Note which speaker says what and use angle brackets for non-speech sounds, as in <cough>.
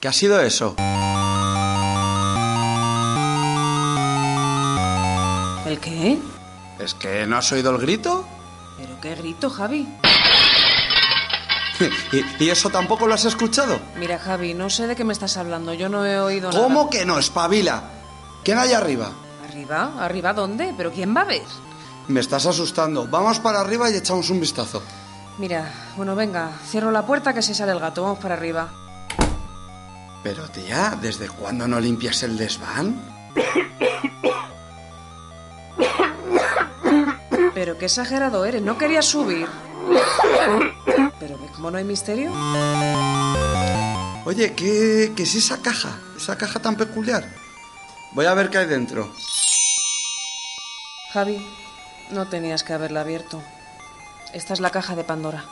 Speaker 1: ¿Qué ha sido eso?
Speaker 2: ¿El qué?
Speaker 1: ¿Es que no has oído el grito? <laughs>
Speaker 2: ¿Pero qué grito, Javi?
Speaker 1: ¿Y, y eso tampoco lo has escuchado?
Speaker 2: Mira, Javi, no sé de qué me estás hablando. Yo no he oído nada.
Speaker 1: ¿Cómo que no? Espabila. ¿Quién hay arriba?
Speaker 2: ¿Arriba? ¿Arriba dónde? ¿Pero quién va a ver?
Speaker 1: Me estás asustando. Vamos para arriba y echamos un vistazo.
Speaker 2: Mira, bueno, venga, cierro la puerta que se sale el gato. Vamos para arriba.
Speaker 1: Pero tía, ¿desde cuándo no limpias el desván?
Speaker 2: Pero qué exagerado eres, no quería subir. Pero ve cómo no hay misterio.
Speaker 1: Oye, ¿qué, qué es esa caja? Esa caja tan peculiar. Voy a ver qué hay dentro.
Speaker 2: Javi, no tenías que haberla abierto. Esta es la caja de Pandora.